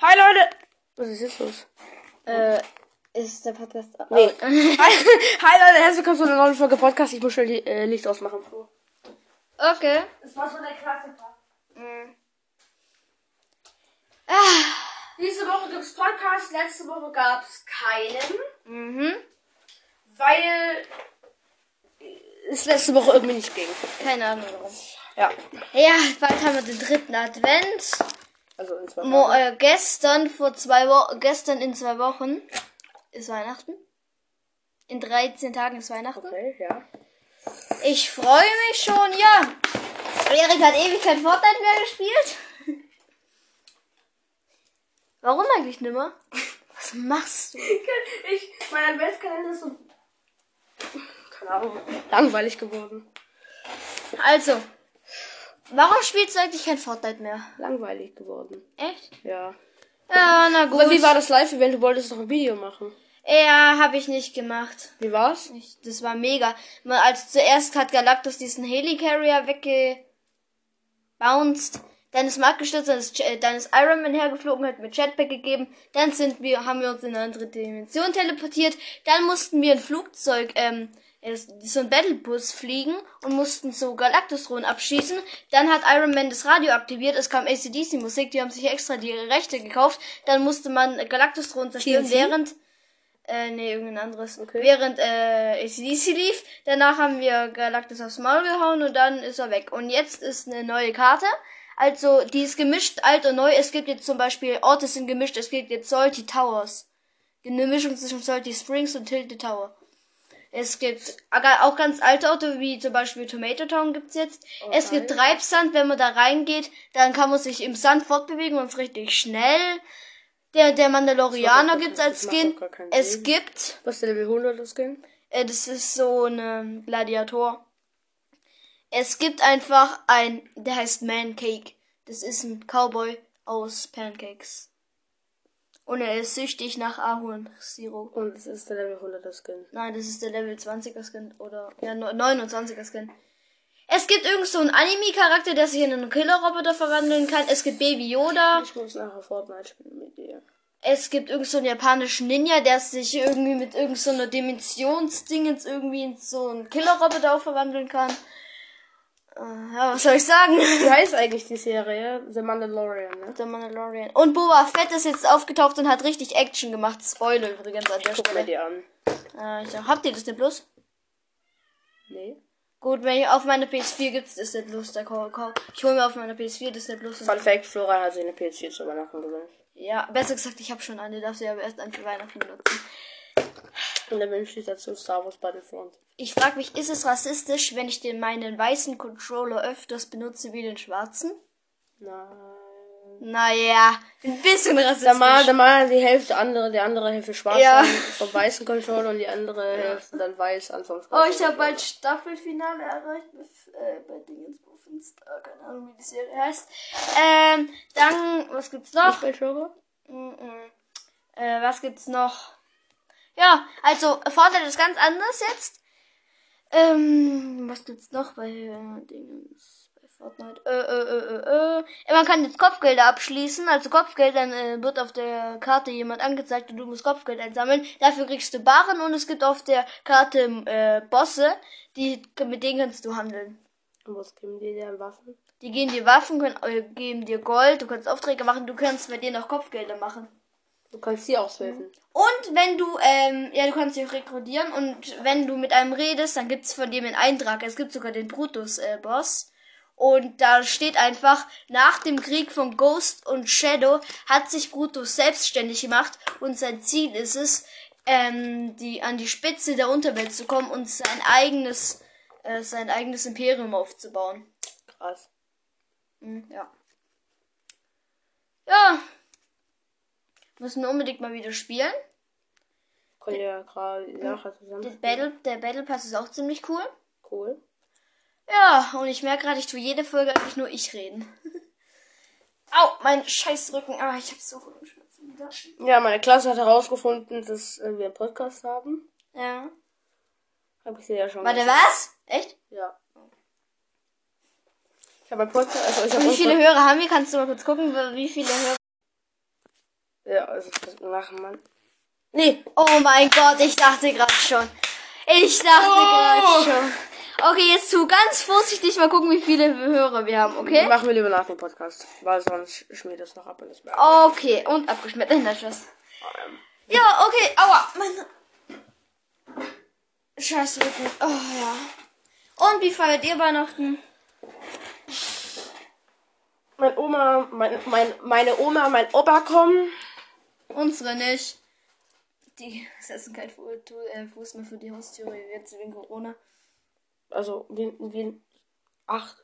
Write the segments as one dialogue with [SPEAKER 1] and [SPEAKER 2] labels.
[SPEAKER 1] Hi Leute! Was ist jetzt los?
[SPEAKER 2] Äh, ist der Podcast.
[SPEAKER 1] Nee. Hi, hi Leute, herzlich willkommen zu einer neuen Folge Podcast. Ich muss schnell die äh, Licht ausmachen.
[SPEAKER 2] Okay. Mm.
[SPEAKER 3] Das war schon der Klassiker.
[SPEAKER 2] Ah.
[SPEAKER 3] Diese Woche gibt's Podcast, letzte Woche gab's keinen,
[SPEAKER 2] Mhm.
[SPEAKER 1] Weil es letzte Woche irgendwie nicht ging.
[SPEAKER 2] Keine Ahnung warum.
[SPEAKER 1] Ja.
[SPEAKER 2] Ja, bald haben wir den dritten Advent.
[SPEAKER 1] Also in zwei
[SPEAKER 2] Mo äh, gestern vor zwei Wochen, gestern in zwei Wochen ist Weihnachten. In 13 Tagen ist Weihnachten.
[SPEAKER 1] Okay, ja.
[SPEAKER 2] Ich freue mich schon, ja. Erik hat ewig kein Fortnite mehr gespielt. Warum eigentlich nimmer? Was machst du?
[SPEAKER 3] Ich, mein Adventskalender ist so.
[SPEAKER 1] Keine Ahnung. Langweilig geworden.
[SPEAKER 2] Also, warum spielst du eigentlich kein Fortnite mehr?
[SPEAKER 1] Langweilig geworden.
[SPEAKER 2] Echt?
[SPEAKER 1] Ja.
[SPEAKER 2] Ja, na
[SPEAKER 1] Aber wie
[SPEAKER 2] gut.
[SPEAKER 1] war das Live-Event? Du wolltest noch ein Video machen.
[SPEAKER 2] Ja, habe ich nicht gemacht.
[SPEAKER 1] Wie war's?
[SPEAKER 2] Ich, das war mega. Man, als zuerst hat Galactus diesen Helicarrier weggebounced. Dann ist Mark gestürzt, dann ist, J- äh, dann ist Iron Man hergeflogen, hat mir Jetpack gegeben. Dann sind wir, haben wir uns in eine andere Dimension teleportiert. Dann mussten wir ein Flugzeug, ähm, äh, so ein Battlebus fliegen und mussten so Galactus-Drohnen abschießen. Dann hat Iron Man das Radio aktiviert, es kam ACDC-Musik, die haben sich extra die Rechte gekauft. Dann musste man Galactus-Drohnen zerstören,
[SPEAKER 1] TNT?
[SPEAKER 2] während äh, nee, irgendein anderes. Während äh, ACDC lief. Danach haben wir Galactus aufs Maul gehauen und dann ist er weg. Und jetzt ist eine neue Karte. Also, die ist gemischt, alt und neu. Es gibt jetzt zum Beispiel, Orte sind gemischt, es gibt jetzt Salty Towers. Eine Mischung zwischen Salty Springs und Tilted Tower. Es gibt aga- auch ganz alte Orte, wie zum Beispiel Tomato Town gibt's jetzt. es gibt Treibsand, wenn man da reingeht, dann kann man sich im Sand fortbewegen und ist richtig schnell. Der, der Mandalorianer
[SPEAKER 1] Das macht-
[SPEAKER 2] gibt's als
[SPEAKER 1] das macht
[SPEAKER 2] Skin.
[SPEAKER 1] doch gar keinen
[SPEAKER 2] Es
[SPEAKER 1] Sinn.
[SPEAKER 2] gibt
[SPEAKER 1] Was ist der Level 100 das Skin?
[SPEAKER 2] äh, das ist so ein ähm, Gladiator. Es gibt einfach ein, der heißt Man Cake. Das ist ein Cowboy aus Pancakes. Und er ist süchtig nach Ahornsirup.
[SPEAKER 1] Und es ist der Level 100 das Skin.
[SPEAKER 2] Nein, das ist der Level 20er Skin oder ja, neu- 29er Skin. Es gibt irgend so einen Anime-Charakter, der sich in einen Killer-Roboter verwandeln kann. Es gibt Baby Yoda.
[SPEAKER 1] Ich muss nachher Fortnite spielen mit dir.
[SPEAKER 2] Es gibt irgend so einen japanischen Ninja, der sich irgendwie mit irgend so einer Dimensionsdingens irgendwie in so einen Killer-Roboter auch verwandeln kann. Äh, ja, was soll ich sagen?
[SPEAKER 1] Wie heißt eigentlich die Serie? The Mandalorian, ne?
[SPEAKER 2] Der Mandalorian. Und Boba Fett ist jetzt aufgetaucht und hat richtig Action gemacht. Spoiler übrigens an der
[SPEAKER 1] Guck mir
[SPEAKER 2] Stelle.
[SPEAKER 1] die an.
[SPEAKER 2] Äh, ich, habt ihr das denn bloß?
[SPEAKER 1] Nee.
[SPEAKER 2] Gut, wenn ihr auf meiner PS4 gibt's das nicht bloß, da komm, komm. Ich hol mir auf meiner PS4 das nicht bloß.
[SPEAKER 1] Fun Fact, Florian hat sich eine PS4 zu Weihnachten gewünscht.
[SPEAKER 2] Ja, besser gesagt, ich habe schon eine, darf sie aber erst an für Weihnachten benutzen.
[SPEAKER 1] Und er wünscht sich dazu Star Wars Battlefront.
[SPEAKER 2] Ich frage mich, ist es rassistisch, wenn ich den meinen weißen Controller öfters benutze wie den schwarzen?
[SPEAKER 1] Nein.
[SPEAKER 2] Naja, ein bisschen
[SPEAKER 1] Da mal,
[SPEAKER 2] rassistisch.
[SPEAKER 1] da mal die Hälfte andere, die andere Hälfte schwarz
[SPEAKER 2] Ja.
[SPEAKER 1] an, vom weißen Controller und die andere Hälfte dann weiß an vom
[SPEAKER 2] Oh,
[SPEAKER 1] schwarzen.
[SPEAKER 2] ich
[SPEAKER 1] Controller.
[SPEAKER 2] habe bald Staffelfinale erreicht mit, äh, bei Dingensbuffens. Äh, keine Ahnung, wie die Serie heißt. Ähm, dann, was gibt's noch?
[SPEAKER 1] Welche Genre?
[SPEAKER 2] Mm -mm. Äh, was gibt's noch? Ja, also Fortnite ist ganz anders jetzt. Ähm, was gibt's noch bei äh, Dingens? Bei Fortnite? Äh, äh, äh, äh, äh. Ja, man kann jetzt Kopfgelder abschließen. Also Kopfgeld, dann äh, wird auf der Karte jemand angezeigt und du musst Kopfgeld einsammeln. Dafür kriegst du Barren und es gibt auf der Karte äh, Bosse, die mit denen kannst du handeln.
[SPEAKER 1] Und was geben die dir an Waffen?
[SPEAKER 2] Die geben dir Waffen, können, äh, geben dir Gold, du kannst Aufträge machen, du kannst mit denen auch Kopfgelder machen.
[SPEAKER 1] Du kannst die auswählen.
[SPEAKER 2] Und wenn du, ähm, ja, du kannst dich rekrutieren und wenn du mit einem redest, dann gibt's von dem einen Eintrag. Es gibt sogar den Brutus-Boss. und da steht einfach, nach dem Krieg von Ghost und Shadow hat sich Brutus selbstständig gemacht und sein Ziel ist es, ähm, die, an die Spitze der Unterwelt zu kommen und sein eigenes, äh, sein eigenes Imperium aufzubauen.
[SPEAKER 1] Krass.
[SPEAKER 2] Mhm, Ja. Ja. Müssen wir unbedingt mal wieder spielen.
[SPEAKER 1] Könnt ihr ja gerade nachher
[SPEAKER 2] Der
[SPEAKER 1] zusammen.
[SPEAKER 2] Battle, der Battle Pass ist auch ziemlich cool.
[SPEAKER 1] Cool.
[SPEAKER 2] Ja, und ich merke gerade, ich tue jede Folge eigentlich nur ich reden. Au, mein scheiß Rücken. Ah, ich habe so hohe Schmerzen wieder.
[SPEAKER 1] Ja, meine Klasse hat herausgefunden, dass äh, wir einen Podcast haben.
[SPEAKER 2] Ja.
[SPEAKER 1] Hab ich dir ja schon
[SPEAKER 2] Warte,
[SPEAKER 1] gesagt.
[SPEAKER 2] was? Echt?
[SPEAKER 1] Ja. Ich habe einen Podcast, also ich habe
[SPEAKER 2] Wie
[SPEAKER 1] unsere-
[SPEAKER 2] viele Hörer haben wir? Kannst du mal kurz gucken, wie viele Hörer
[SPEAKER 1] Ja, also das machen, Mann.
[SPEAKER 2] Nee. Oh mein Gott, ich dachte gerade schon. Ich dachte gerade schon. Okay, jetzt tu ganz vorsichtig mal gucken, wie viele Hörer wir haben, okay?
[SPEAKER 1] Machen wir lieber nach dem Podcast, weil sonst schmiert es noch ab und es
[SPEAKER 2] Oh.
[SPEAKER 1] bleibt.
[SPEAKER 2] Okay, und abgeschmiert. Nein, tschüss. Ja, okay, aua, meine. Scheiße, wird nicht. Oh ja. Und wie feiert ihr Weihnachten?
[SPEAKER 1] Mein Oma, mein, mein, meine Oma, mein Opa kommen.
[SPEAKER 2] Unsere nicht. Die setzen kein Fu- Tu- äh, Fuß mehr für die Haustiere jetzt wegen Corona.
[SPEAKER 1] Also wir, wir acht.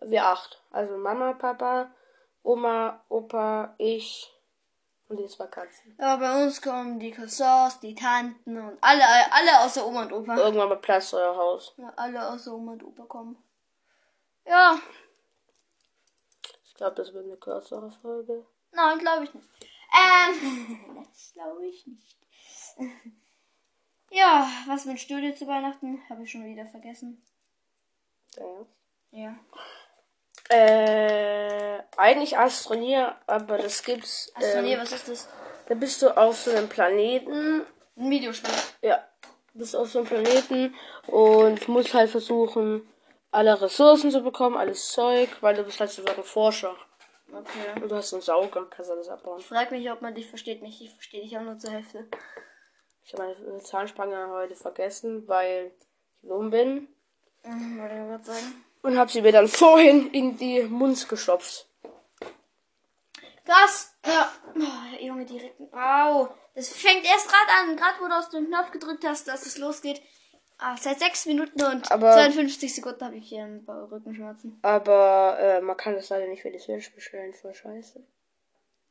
[SPEAKER 1] Wir acht. Also Mama, Papa, Oma, Opa, ich und die zwei Katzen.
[SPEAKER 2] Ja, bei uns kommen die Cousins, die Tanten und alle, alle außer Oma und Opa.
[SPEAKER 1] Irgendwann mal Platz euer Haus.
[SPEAKER 2] Ja, alle außer Oma und Opa kommen. Ja,
[SPEAKER 1] Ich glaube, das wird eine kürzere Folge.
[SPEAKER 2] nein, glaube ich nicht. Ähm, das glaube ich nicht. Ja, was wünschst du dir zu Weihnachten? Habe ich schon wieder vergessen.
[SPEAKER 1] Ja.
[SPEAKER 2] Ja.
[SPEAKER 1] Äh, eigentlich Astronier, aber das gibt's.
[SPEAKER 2] Achso,
[SPEAKER 1] ähm,
[SPEAKER 2] nee, was ist das?
[SPEAKER 1] Da bist du auf so einem Planeten.
[SPEAKER 2] Ein Videospiel.
[SPEAKER 1] Ja. Bist auf so einem Planeten und musst halt versuchen, alle Ressourcen zu bekommen, alles Zeug, weil du bist halt sozusagen Forscher.
[SPEAKER 2] Okay.
[SPEAKER 1] Und du hast einen Sauger und kannst alles abbauen.
[SPEAKER 2] Ich frag mich, ob man dich versteht. Mich, ich verstehe dich auch nur zur Hälfte.
[SPEAKER 1] Ich habe meine Zahnspange heute vergessen, weil ich dumm bin.
[SPEAKER 2] Mhm, wollte ich gerade sagen.
[SPEAKER 1] Und habe sie mir dann vorhin in die Mund gestopft.
[SPEAKER 2] Krass! Ja. Oh, Junge, direkt. Au! Das fängt erst gerade an. Gerade wo du auf den Knopf gedrückt hast, dass es losgeht. Ah, seit 6 Minuten und
[SPEAKER 1] Aber-
[SPEAKER 2] 52 Sekunden habe ich hier ein paar Rückenschmerzen.
[SPEAKER 1] Aber äh, man kann das leider nicht für die Switch bestellen. Voll scheiße.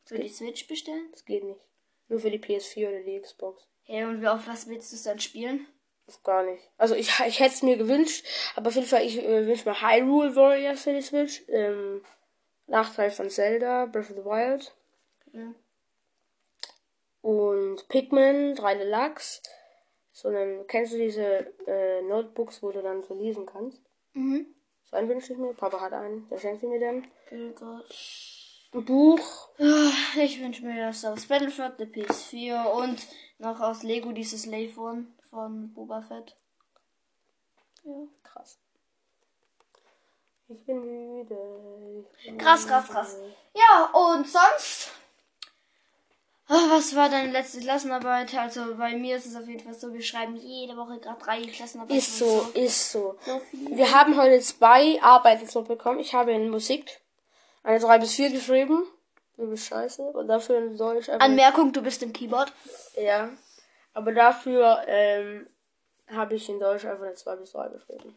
[SPEAKER 2] Soll ich die Switch bestellen?
[SPEAKER 1] Das geht nicht. Nur für die PS4 oder die Xbox.
[SPEAKER 2] Hey, und wie auf was willst du es dann spielen?
[SPEAKER 1] Das gar nicht. Also ich, ich hätte es mir gewünscht, aber auf jeden Fall, ich äh, wünsche mir Hyrule Warriors für die Switch. Ähm, Nachteil von Zelda, Breath of the Wild.
[SPEAKER 2] Mhm.
[SPEAKER 1] Und Pikmin, 3 Deluxe. So, dann kennst du diese äh, Notebooks, wo du dann so lesen kannst.
[SPEAKER 2] Mhm.
[SPEAKER 1] So einen wünsche ich mir. Papa hat einen. Der schenkt sie mir dann.
[SPEAKER 2] Oh Gott.
[SPEAKER 1] Ein Buch.
[SPEAKER 2] Ah, Ich wünsche mir das aus Battlefield, der PS4 und noch aus Lego dieses Lay-Phone von Boba Fett.
[SPEAKER 1] Ja, krass. Ich bin müde. Ich bin
[SPEAKER 2] Krass, krass, krass. Ja, und sonst? Ah, was war deine letzte Klassenarbeit? Also bei mir ist es auf jeden Fall so, wir schreiben jede Woche gerade drei Klassenarbeiten.
[SPEAKER 1] Ist so, ist so.
[SPEAKER 2] So viel.
[SPEAKER 1] Wir haben heute zwei Arbeiten so bekommen. Ich habe in Musik eine 3 bis 4 geschrieben. Übel scheiße. Und dafür in Deutsch einfach-
[SPEAKER 2] Anmerkung, du bist im Keyboard.
[SPEAKER 1] Ja. Aber dafür ähm, habe ich in Deutsch einfach eine 2 bis 3 geschrieben.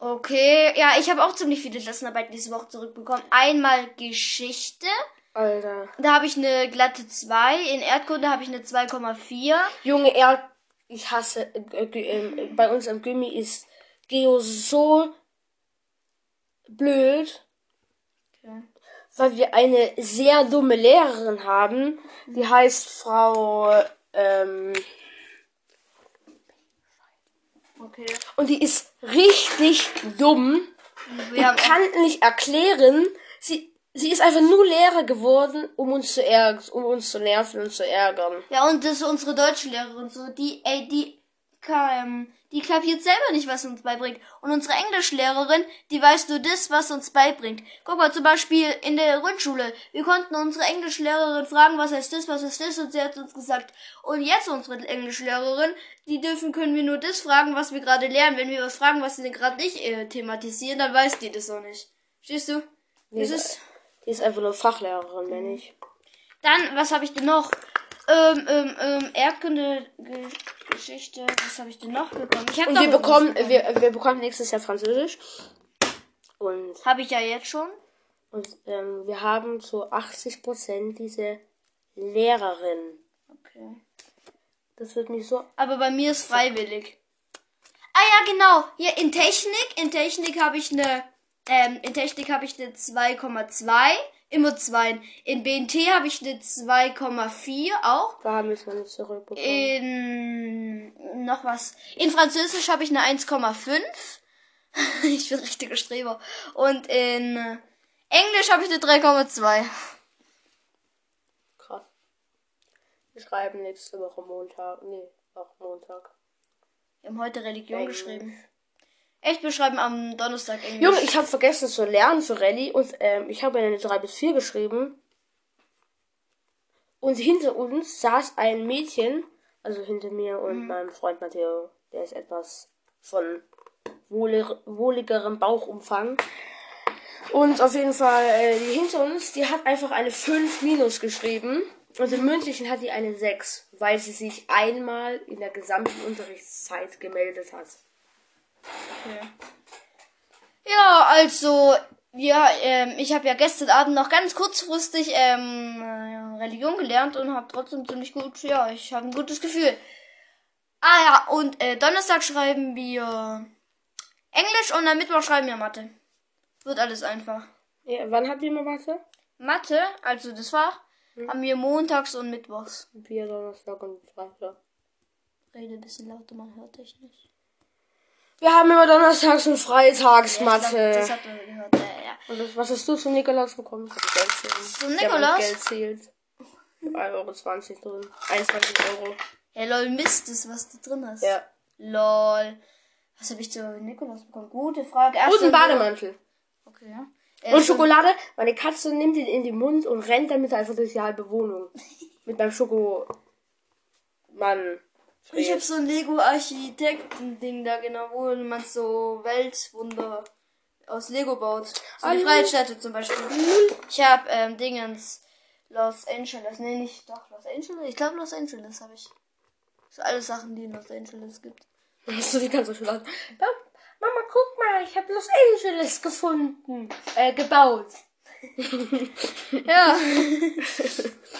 [SPEAKER 2] Okay, ja, ich habe auch ziemlich viele Klassenarbeiten diese Woche zurückbekommen. Einmal Geschichte,
[SPEAKER 1] Alter.
[SPEAKER 2] da habe ich eine glatte 2, in Erdkunde habe ich eine 2,4.
[SPEAKER 1] Junge, er, ich hasse, äh, äh, Gü- ähm, äh, bei uns am Gummi ist Geo so blöd,
[SPEAKER 2] Okay.
[SPEAKER 1] weil wir eine sehr dumme Lehrerin haben. Die heißt Frau, ähm,
[SPEAKER 2] Okay.
[SPEAKER 1] und die ist richtig dumm.
[SPEAKER 2] Wir haben
[SPEAKER 1] Kann nicht erklären. Sie, sie ist einfach nur Lehrer geworden, um uns zu ärgern, um uns zu nerven und zu ärgern.
[SPEAKER 2] Ja, und das ist unsere Deutschlehrerin so, die, ey, die, ka- ähm, die kapiert selber nicht, was sie uns beibringt. Und unsere Englischlehrerin, die weiß nur das, was sie uns beibringt. Guck mal, zum Beispiel in der Grundschule. Wir konnten unsere Englischlehrerin fragen, was heißt das, was ist das, und sie hat uns gesagt. Und jetzt unsere Englischlehrerin, die dürfen, können wir nur das fragen, was wir gerade lernen. Wenn wir was fragen, was sie denn gerade nicht äh, thematisieren, dann weiß die das auch nicht. Verstehst du? Das ist,
[SPEAKER 1] Die ist einfach nur Fachlehrerin, wenn ich.
[SPEAKER 2] dann, was habe ich denn noch? Ähm, ähm, ähm, Erdkunde, Ge- Geschichte, was habe ich denn noch bekommen? Ich habe
[SPEAKER 1] Und
[SPEAKER 2] noch
[SPEAKER 1] wir
[SPEAKER 2] was
[SPEAKER 1] bekommen,
[SPEAKER 2] bekommen.
[SPEAKER 1] wir, wir bekommen nächstes Jahr Französisch. Und,
[SPEAKER 2] Habe ich ja jetzt schon.
[SPEAKER 1] und ähm, wir haben zu 80 Prozent diese Lehrerin.
[SPEAKER 2] Okay.
[SPEAKER 1] Das wird mich so.
[SPEAKER 2] Aber bei mir ist freiwillig. Ah ja, genau. Hier in Technik, in Technik habe ich eine, ähm, in Technik habe ich eine 2,2, immer 2. In BNT habe ich ne eine 2,4 auch.
[SPEAKER 1] Da haben wir es noch nicht zurückbekommen.
[SPEAKER 2] Äh. In noch was. In Französisch habe ich eine 1,5. ich bin richtiger Streber. Und in Englisch habe ich eine 3,2.
[SPEAKER 1] krass. Wir schreiben nächste Woche Montag. Nee, auch Montag.
[SPEAKER 2] Wir haben heute Religion
[SPEAKER 1] Englisch.
[SPEAKER 2] geschrieben. Echt, wir schreiben am Donnerstag Englisch.
[SPEAKER 1] Junge, ich habe vergessen zu lernen zu Rallye und ähm, ich habe eine 3 bis 4 geschrieben. Und hinter uns saß ein Mädchen, also hinter mir und meinem Freund Matteo, der ist etwas von wohler, wohligerem Bauchumfang. Und auf jeden Fall, äh, die hinter uns, die hat einfach eine 5 minus geschrieben. Und im mündlichen hat die eine 6, weil sie sich einmal in der gesamten Unterrichtszeit gemeldet hat.
[SPEAKER 2] Ja, also, ja, ähm, ich habe ja gestern Abend noch ganz kurzfristig ähm, äh, Religion gelernt und habe trotzdem ziemlich gut, ja, ich habe ein gutes Gefühl. Ah ja, und äh, Donnerstag schreiben wir Englisch und am Mittwoch schreiben wir Mathe. Wird alles einfach.
[SPEAKER 1] Ja, wann habt ihr mal Mathe?
[SPEAKER 2] Mathe, also das Fach, haben wir montags und mittwochs.
[SPEAKER 1] Bier, Donnerstag und Freitag.
[SPEAKER 2] Rede ein bisschen lauter, man hört dich nicht.
[SPEAKER 1] Wir haben immer Donnerstags und
[SPEAKER 2] Ja, ich glaub,
[SPEAKER 1] Freitagsmatte.
[SPEAKER 2] das hat man gehört, äh, ja.
[SPEAKER 1] und das, was hast du zum Nikolaus bekommen? Geld zählen. Zum
[SPEAKER 2] Nikolaus?
[SPEAKER 1] Geld zählt. 1,20 Euro drin. 21 Euro.
[SPEAKER 2] Ja, lol, Mist ist, was du drin hast.
[SPEAKER 1] Ja.
[SPEAKER 2] Lol. Was habe ich zu Nikolaus bekommen? Gute Frage. Ach
[SPEAKER 1] Und
[SPEAKER 2] so,
[SPEAKER 1] ein Bademantel.
[SPEAKER 2] Okay, ja.
[SPEAKER 1] Und Schokolade. Meine Katze nimmt ihn in den Mund und rennt damit einfach durch die halbe Wohnung. Mit meinem Schoko. Mann.
[SPEAKER 2] Ich habe so ein Lego-Architekten-Ding da, genau, wo man so Weltwunder aus Lego baut. So
[SPEAKER 1] Ah,
[SPEAKER 2] die
[SPEAKER 1] ja.
[SPEAKER 2] Freiheitsstädte zum Beispiel. Ich habe ähm, Dingens Los Angeles, nee, nicht doch Los Angeles. Ich glaube Los Angeles habe ich. So alle Sachen, die in Los Angeles gibt.
[SPEAKER 1] Hast du die ganze Schokolade? Mama, guck mal, ich habe Los Angeles gefunden. Äh, gebaut.
[SPEAKER 2] Ja.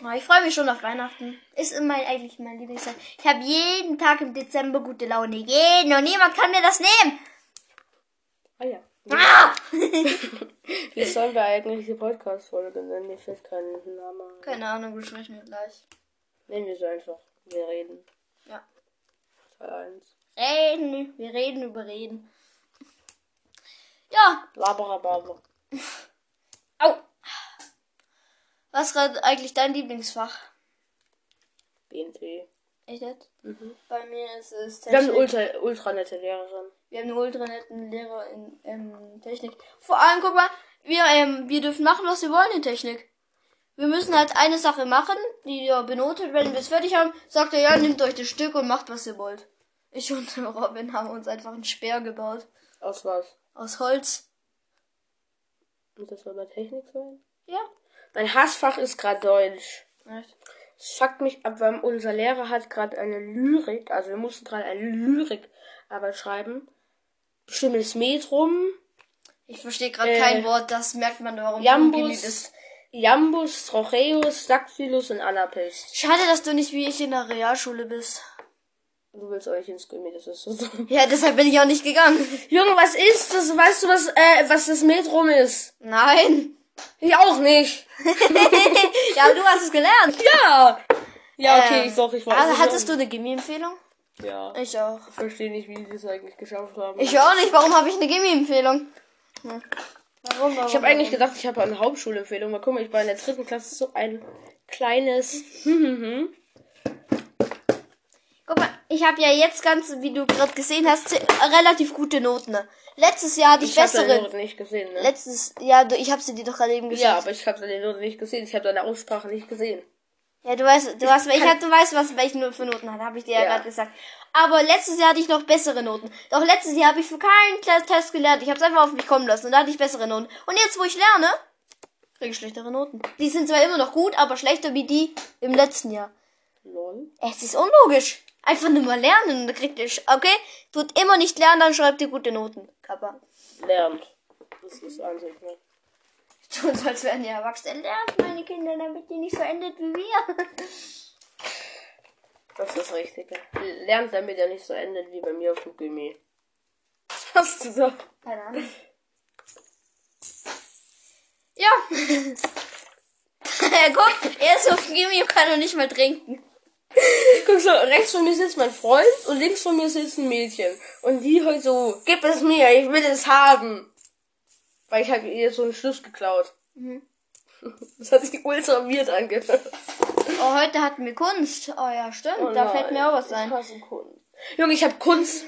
[SPEAKER 2] Aber ich freue mich schon auf Weihnachten. Ist immer eigentlich mein Lieblingszeit. Ich habe jeden Tag im Dezember gute Laune. Jeden und niemand kann mir das nehmen.
[SPEAKER 1] Ah ja.
[SPEAKER 2] Ah!
[SPEAKER 1] Wie sollen wir eigentlich die Podcast-Folge nennen? Mir fällt kein Name ein.
[SPEAKER 2] Keine Ahnung, wir sprechen wir gleich.
[SPEAKER 1] Nennen wir so einfach. Wir reden.
[SPEAKER 2] Ja.
[SPEAKER 1] Teil 1.
[SPEAKER 2] Reden, wir reden über Reden. Ja,
[SPEAKER 1] Laberababa.
[SPEAKER 2] au. Was ist gerade eigentlich dein Lieblingsfach?
[SPEAKER 1] BNT.
[SPEAKER 2] Echt jetzt? Bei mir ist es
[SPEAKER 1] Wir haben eine ultra, ultra nette Lehrerin.
[SPEAKER 2] Wir haben einen ultra netten Lehrer in ähm, Technik. Vor allem, guck mal, wir, ähm, wir dürfen machen, was wir wollen in Technik. Wir müssen halt eine Sache machen, die ja benotet. Wenn wir es fertig haben, sagt er, ja, nehmt euch das Stück und macht, was ihr wollt. Ich und Robin haben uns einfach einen Speer gebaut.
[SPEAKER 1] Aus was?
[SPEAKER 2] Aus Holz.
[SPEAKER 1] Muss das soll bei Technik sein?
[SPEAKER 2] Ja.
[SPEAKER 1] Mein Hassfach ist gerade Deutsch.
[SPEAKER 2] Echt?
[SPEAKER 1] Es fuckt mich ab, weil unser Lehrer hat gerade eine Lyrik, also wir mussten gerade eine Lyrikarbeit schreiben. Bestimmtes Metrum,
[SPEAKER 2] Ich verstehe gerade
[SPEAKER 1] Äh,
[SPEAKER 2] kein Wort, das merkt man, warum du ein Genies
[SPEAKER 1] Jambus,
[SPEAKER 2] bist.
[SPEAKER 1] Jambus, Trocheus, Dactylus und Anapest.
[SPEAKER 2] Schade, dass du nicht wie ich in der Realschule bist.
[SPEAKER 1] Du willst euch ins Gummi, das ist so dumm.
[SPEAKER 2] Ja, deshalb bin ich auch nicht gegangen.
[SPEAKER 1] Junge, was ist das? Weißt du, was, äh, was das Metrum ist?
[SPEAKER 2] Nein.
[SPEAKER 1] Ich auch nicht.
[SPEAKER 2] Ja, aber du hast es gelernt.
[SPEAKER 1] Ja. Ja, okay,
[SPEAKER 2] Ähm,
[SPEAKER 1] ich sorry, ich
[SPEAKER 2] Also, hattest du eine Gimmi-Empfehlung?
[SPEAKER 1] ah, du? Ja.
[SPEAKER 2] Ich auch.
[SPEAKER 1] Ich verstehe nicht, wie die das eigentlich geschafft haben.
[SPEAKER 2] Ich auch nicht. Warum habe ich eine Gimmi-Empfehlung? Hm. Warum, warum?
[SPEAKER 1] Ich habe eigentlich gedacht, ich habe eine Hauptschulempfehlung. Mal guck mal, ich war in der dritten Klasse so ein kleines.
[SPEAKER 2] Guck mal, ich habe ja jetzt ganz, wie du gerade gesehen hast, ze- relativ gute Noten. Letztes Jahr hatte ich,
[SPEAKER 1] Ich habe deine
[SPEAKER 2] bessere.
[SPEAKER 1] Note nicht gesehen, ne?
[SPEAKER 2] Letztes Jahr, du- ich habe sie dir doch gerade eben gesagt.
[SPEAKER 1] Ja, aber ich habe deine Note nicht gesehen. Ich habe deine Aussprache nicht gesehen.
[SPEAKER 2] Ja, du weißt, du weißt, ich hab, du weißt, was welche Noten für Noten hatte, habe ich dir ja,
[SPEAKER 1] Ja.
[SPEAKER 2] gerade gesagt. Aber letztes Jahr hatte ich noch bessere Noten. Doch letztes Jahr habe ich für keinen Kle- Test gelernt. Ich habe es einfach auf mich kommen lassen und da hatte ich bessere Noten. Und jetzt, wo ich lerne, kriege ich schlechtere Noten. Die sind zwar immer noch gut, aber schlechter wie die im letzten Jahr.
[SPEAKER 1] Lol.
[SPEAKER 2] Es ist unlogisch. Einfach nur mal lernen und dann kriegt ihr, sch- okay? Tut immer nicht lernen, dann schreibt ihr gute Noten. Kappa.
[SPEAKER 1] Lernt. Das ist Ansicht, ne?
[SPEAKER 2] Tut so, als wären ihr Erwachsene. Lernt, meine Kinder, damit ihr nicht so endet wie wir.
[SPEAKER 1] Das ist das Richtige. Lernt, damit er nicht so endet wie bei mir auf dem Gummi. Was hast du da?
[SPEAKER 2] Keine Ahnung. Ja. Guck, er ist auf dem Gimmi und kann noch nicht mal trinken.
[SPEAKER 1] Guck so, rechts von mir sitzt mein Freund und links von mir sitzt ein Mädchen. Und die heute so, gib es
[SPEAKER 2] Mhm.
[SPEAKER 1] mir, ich will es haben. Weil ich habe ihr so einen Schluss geklaut. Das hat sich ultra weird angehört.
[SPEAKER 2] Oh, heute hatten wir Kunst. Oh ja, stimmt.
[SPEAKER 1] Oh
[SPEAKER 2] da
[SPEAKER 1] nein,
[SPEAKER 2] fällt mir auch was ein.
[SPEAKER 1] Ich hasse Kunst. Junge, ich hab Kunst.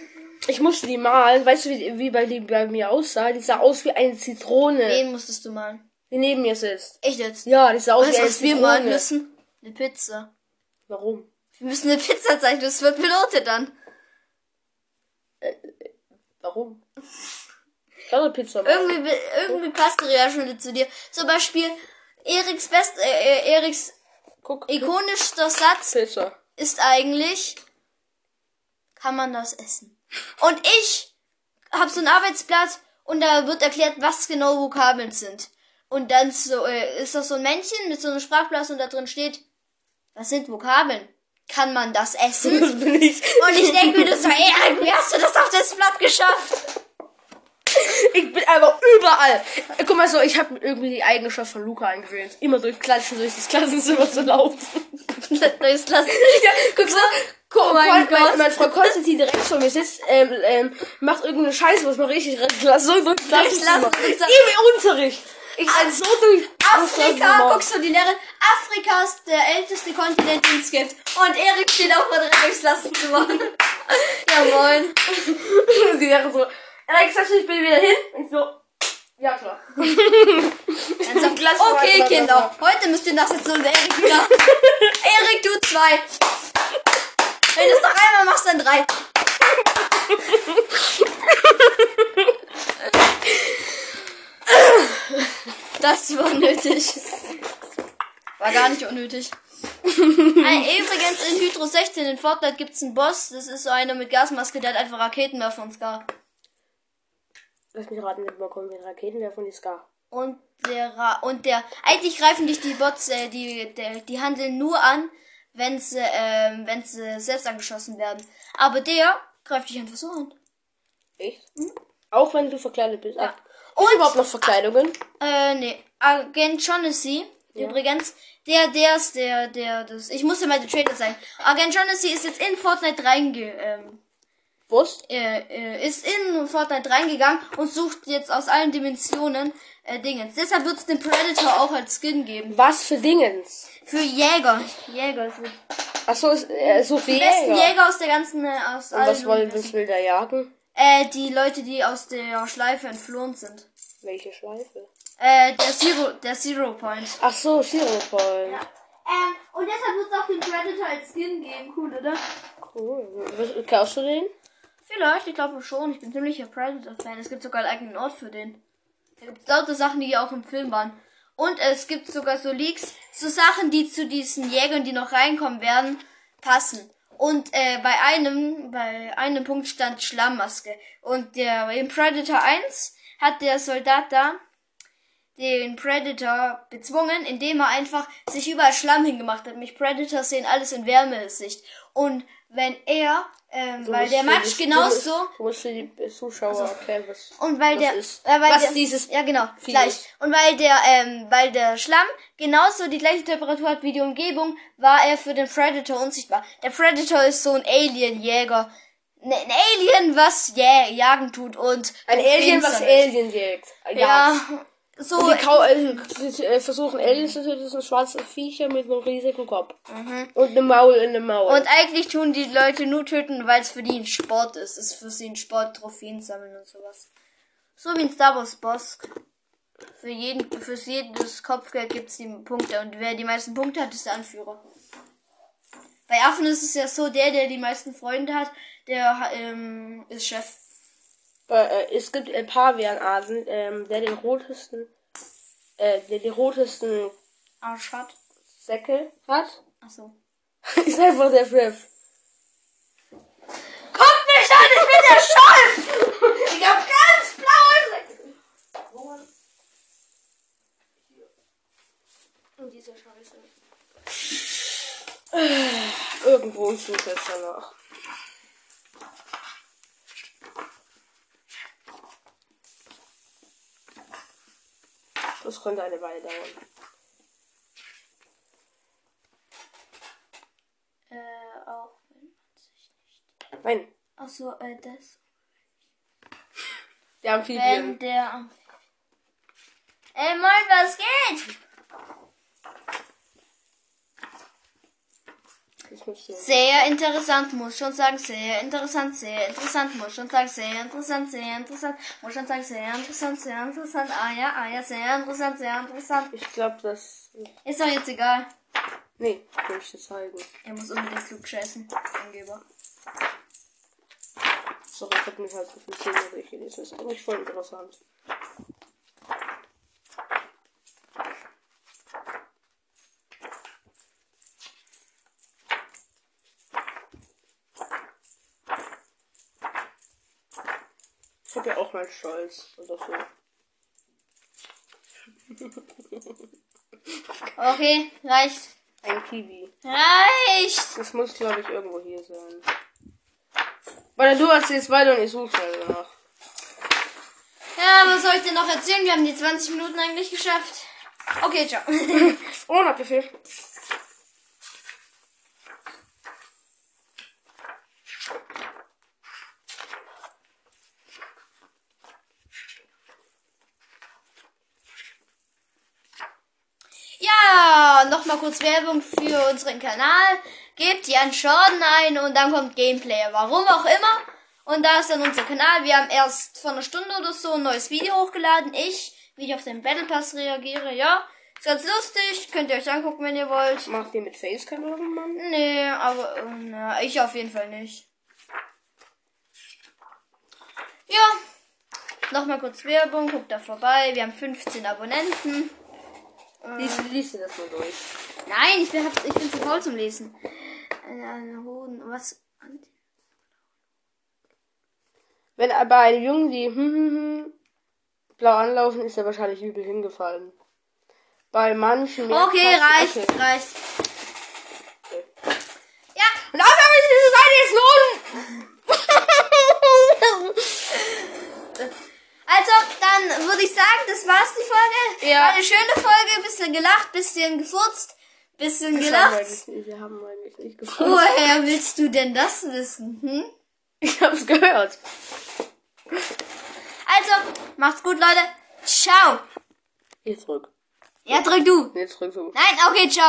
[SPEAKER 1] Ich musste die malen. Weißt du, wie, wie bei, die, bei mir aussah? Die sah aus wie eine Zitrone,
[SPEAKER 2] Wen musstest du malen?
[SPEAKER 1] die neben mir sitzt.
[SPEAKER 2] Ich jetzt.
[SPEAKER 1] Ja, die sah aus wie
[SPEAKER 2] Weißt du,
[SPEAKER 1] eine
[SPEAKER 2] was wir malen
[SPEAKER 1] Zitrone.
[SPEAKER 2] müssen? Eine Pizza.
[SPEAKER 1] Warum?
[SPEAKER 2] Wir müssen eine Pizza zeichnen. Das wird belotet dann.
[SPEAKER 1] Warum? Ich kann doch Pizza machen.
[SPEAKER 2] Irgendwie, be- irgendwie passt die ja schon zu dir. Zum Beispiel Eriks best, äh, äh, Eriks
[SPEAKER 1] Guck,
[SPEAKER 2] ikonischster Satz
[SPEAKER 1] Pizza.
[SPEAKER 2] ist eigentlich, kann man das essen? Und ich habe so ein Arbeitsblatt und da wird erklärt, was genau Vokabeln sind. Und dann so, äh, ist das so ein Männchen mit so einem Sprachblatt und da drin steht, was sind Vokabeln? Kann man das essen?
[SPEAKER 1] Das bin ich.
[SPEAKER 2] Und ich denke mir, das war Erik, wie hast du das auf das Blatt geschafft?
[SPEAKER 1] Ich bin einfach überall. Guck mal so, ich habe irgendwie die Eigenschaft von Luca eingewöhnt. Immer durch Klatschen durch das Klassenzimmer zu laufen.
[SPEAKER 2] Durchs Glas.
[SPEAKER 1] Ja, guck so. Guck,
[SPEAKER 2] mein
[SPEAKER 1] Oh mein,
[SPEAKER 2] Gott.
[SPEAKER 1] mein, mein Frau Konstantin direkt vor mir sitzt, ähm, ähm, macht irgendeine Scheiße, was man richtig Klasse, so durch Klassenzimmer.
[SPEAKER 2] Klassenzimmer.
[SPEAKER 1] Im Unterricht. Ich bin so durch
[SPEAKER 2] Afrika,
[SPEAKER 1] Klassenzimmer.
[SPEAKER 2] guckst du die Lehrerin? Afrika ist der älteste Kontinent, den es gibt. Und Erik steht auch vor drei durchs Lastenzimmer. ja, moin.
[SPEAKER 1] Und die wäre so, Alex, sagst du, ich bin wieder hin? Und ich so, ja klar.
[SPEAKER 2] Ernsthaft?
[SPEAKER 1] Glas
[SPEAKER 2] okay,
[SPEAKER 1] Wein,
[SPEAKER 2] Kinder, heute müsst ihr das jetzt so mit Erik wieder. Erik, du zwei. Wenn du es noch einmal machst, dann drei. Das war nötig. War gar nicht unnötig. Äh, übrigens, in Hydro 16 in Fortnite gibt's einen Boss. Das ist so einer mit Gasmaske, der hat einfach Raketenwerfer und Scar.
[SPEAKER 1] Lass mich raten, wir bekommen den Raketenwerfer und die Scar.
[SPEAKER 2] Und der Ra und der eigentlich greifen dich die Bots, äh, die, der, die handeln nur an, wenn sie, ähm, wenn sie selbst angeschossen werden. Aber der greift dich einfach so an.
[SPEAKER 1] Echt? Hm? Auch wenn du verkleidet bist.
[SPEAKER 2] Ja.
[SPEAKER 1] Ja. Und überhaupt noch Verkleidungen?
[SPEAKER 2] Äh, nee. Agent Shaughnessy, übrigens, der, der ist der, der, das. Ich muss dir mal den Trailer zeigen. Agent Shaughnessy ist jetzt in Fortnite reinge, ähm,
[SPEAKER 1] Wurst?
[SPEAKER 2] äh, äh, ist in Fortnite reingegangen und sucht jetzt aus allen Dimensionen äh, Dingens. Deshalb wird's den Predator auch als Skin geben.
[SPEAKER 1] Was für Dingens?
[SPEAKER 2] Für Jäger. Jäger ist wichtig.
[SPEAKER 1] Achso, er sucht die
[SPEAKER 2] Die besten
[SPEAKER 1] äh, Jäger.
[SPEAKER 2] Jäger aus der ganzen, äh, aus
[SPEAKER 1] Und was,
[SPEAKER 2] allen
[SPEAKER 1] wollen, was will der jagen?
[SPEAKER 2] Äh, die Leute, die aus der Schleife entflohen sind.
[SPEAKER 1] Welche Schleife?
[SPEAKER 2] Äh, der Zero, der Zero Point.
[SPEAKER 1] Ach so, Zero Point.
[SPEAKER 2] Ähm, und deshalb wird es auch den Predator als Skin geben. Cool, oder?
[SPEAKER 1] Cool. Was, kaufst du den?
[SPEAKER 2] Vielleicht, ich glaube schon. Ich bin ziemlicher Predator-Fan. Es gibt sogar einen eigenen Ort für den. Da gibt es lauter Sachen, die auch im Film waren. Und es gibt sogar so Leaks, so Sachen, die zu diesen Jägern, die noch reinkommen werden, passen. Und äh, bei einem, bei einem Punkt stand Schlammmaske. Und der in Predator 1 hat der Soldat da den Predator bezwungen, indem er einfach sich überall Schlamm hingemacht hat. Mich Predators sehen alles in Wärmesicht. Und wenn er, ähm, weil der Matsch genauso Also,
[SPEAKER 1] Du musst für die Zuschauer erklären, was.
[SPEAKER 2] und weil
[SPEAKER 1] Was
[SPEAKER 2] der,
[SPEAKER 1] ist-
[SPEAKER 2] äh, weil
[SPEAKER 1] was
[SPEAKER 2] der,
[SPEAKER 1] dieses
[SPEAKER 2] ja genau,
[SPEAKER 1] Vieh
[SPEAKER 2] gleich.
[SPEAKER 1] ist.
[SPEAKER 2] Und weil der, ähm, weil der Schlamm genauso die gleiche Temperatur hat wie die Umgebung, war er für den Predator unsichtbar. Der Predator ist so ein Alien-Jäger. Ne, ein Alien, was jä jagen tut und
[SPEAKER 1] Ein Alien, was
[SPEAKER 2] Finsternis.
[SPEAKER 1] Alien jagt.
[SPEAKER 2] Ja, so
[SPEAKER 1] Die Kau äh, die, äh, versuchen Aliens zu töten, das sind schwarze Viecher mit einem riesigen Kopf. Und einem Maul in einem Maul.
[SPEAKER 2] Mhm. Und eigentlich tun die Leute nur töten, weil es für die ein Sport ist. Es ist für sie ein Sport, Trophäen sammeln und sowas. So wie in Star Wars Boss. Für jeden, fürs jedes Kopfgeld gibt es die Punkte. Und wer die meisten Punkte hat, ist der Anführer. Bei Affen ist es ja so, der, der die meisten Freunde hat, der ha- ähm, ist Chef.
[SPEAKER 1] Äh, äh, es gibt ein paar Virenarten, ähm, der den rotesten, äh, der die rotesten
[SPEAKER 2] Arsch hat.
[SPEAKER 1] Säcke hat.
[SPEAKER 2] Achso.
[SPEAKER 1] ist einfach der Chef.
[SPEAKER 2] Kommt mich an, ich bin der Chef! Ich hab ganz blaue Säcke. Und diese Scheiße.
[SPEAKER 1] Irgendwo ich suche es danach. Das könnte eine Weile dauern.
[SPEAKER 2] Äh, auch wenn man sich nicht.
[SPEAKER 1] Nein,
[SPEAKER 2] Achso, äh, das.
[SPEAKER 1] der
[SPEAKER 2] Wenn Ähm,
[SPEAKER 1] Amphibien.
[SPEAKER 2] der. Ey, moin, was Äh, geht?
[SPEAKER 1] Das müsste
[SPEAKER 2] Sehr interessant, muss schon sagen, sehr interessant, sehr interessant, muss schon sagen, sehr interessant, sehr interessant, muss schon sagen, sehr interessant, sehr interessant, ah ja, ah ja, sehr interessant, sehr interessant.
[SPEAKER 1] ich glaube, das.
[SPEAKER 2] Ist doch jetzt egal.
[SPEAKER 1] Nee, will ich dir zeigen.
[SPEAKER 2] Er muss unbedingt klug scheißen, Angeber.
[SPEAKER 1] Sorry, ich hab mich halt so viel Zähne durchgelesen. Das ist eigentlich voll interessant. Ich hab ja auch mal Stolz oder so.
[SPEAKER 2] Okay, reicht.
[SPEAKER 1] Ein Kiwi.
[SPEAKER 2] Reicht!
[SPEAKER 1] Das muss, glaube ich, irgendwo hier sein. Weil du erzählst weiter und ich suche schnell danach.
[SPEAKER 2] Ja, was soll ich denn noch erzählen? Wir haben die 20 Minuten eigentlich geschafft. Okay, ciao.
[SPEAKER 1] Oh, noch Kaffee.
[SPEAKER 2] Ja, nochmal kurz Werbung für unseren Kanal. Gebt Jan Jordan ein und dann kommt Gameplay. Warum auch immer. Und da ist dann unser Kanal. Wir haben erst vor einer Stunde oder so ein neues Video hochgeladen. Ich, wie ich auf den Battle Pass reagiere. Ja, ist ganz lustig. Könnt ihr euch angucken, wenn ihr wollt.
[SPEAKER 1] Macht ihr mit Facecam irgendwann?
[SPEAKER 2] Nee, aber äh, na, ich auf jeden Fall nicht. Ja, nochmal kurz Werbung. Guckt da vorbei. Wir haben 15 Abonnenten.
[SPEAKER 1] Lies, lies dir das mal durch.
[SPEAKER 2] Nein, ich bin, ich bin zu faul zum Lesen. Äh, Eine Hoden, was?
[SPEAKER 1] Wenn aber einem Jungen die hm, hm, hm blau anlaufen, ist er wahrscheinlich übel hingefallen. Bei manchen.
[SPEAKER 2] Okay, reicht,
[SPEAKER 1] Okay.
[SPEAKER 2] reicht. Ja, und auf einmal ist diese Seite jetzt losen. Also, dann würde ich sagen, das war's die Folge.
[SPEAKER 1] Ja.
[SPEAKER 2] War eine schöne Folge, bisschen gelacht, bisschen gefurzt, bisschen
[SPEAKER 1] Wir haben
[SPEAKER 2] gelacht.
[SPEAKER 1] eigentlich nicht- Wir haben eigentlich nicht gefunden.
[SPEAKER 2] Woher willst du denn das wissen? Hm?
[SPEAKER 1] Ich hab's gehört.
[SPEAKER 2] Also, macht's gut, Leute. Ciao.
[SPEAKER 1] Jetzt zurück.
[SPEAKER 2] Ja, drück du.
[SPEAKER 1] Jetzt zurück so.
[SPEAKER 2] Nein, okay, ciao.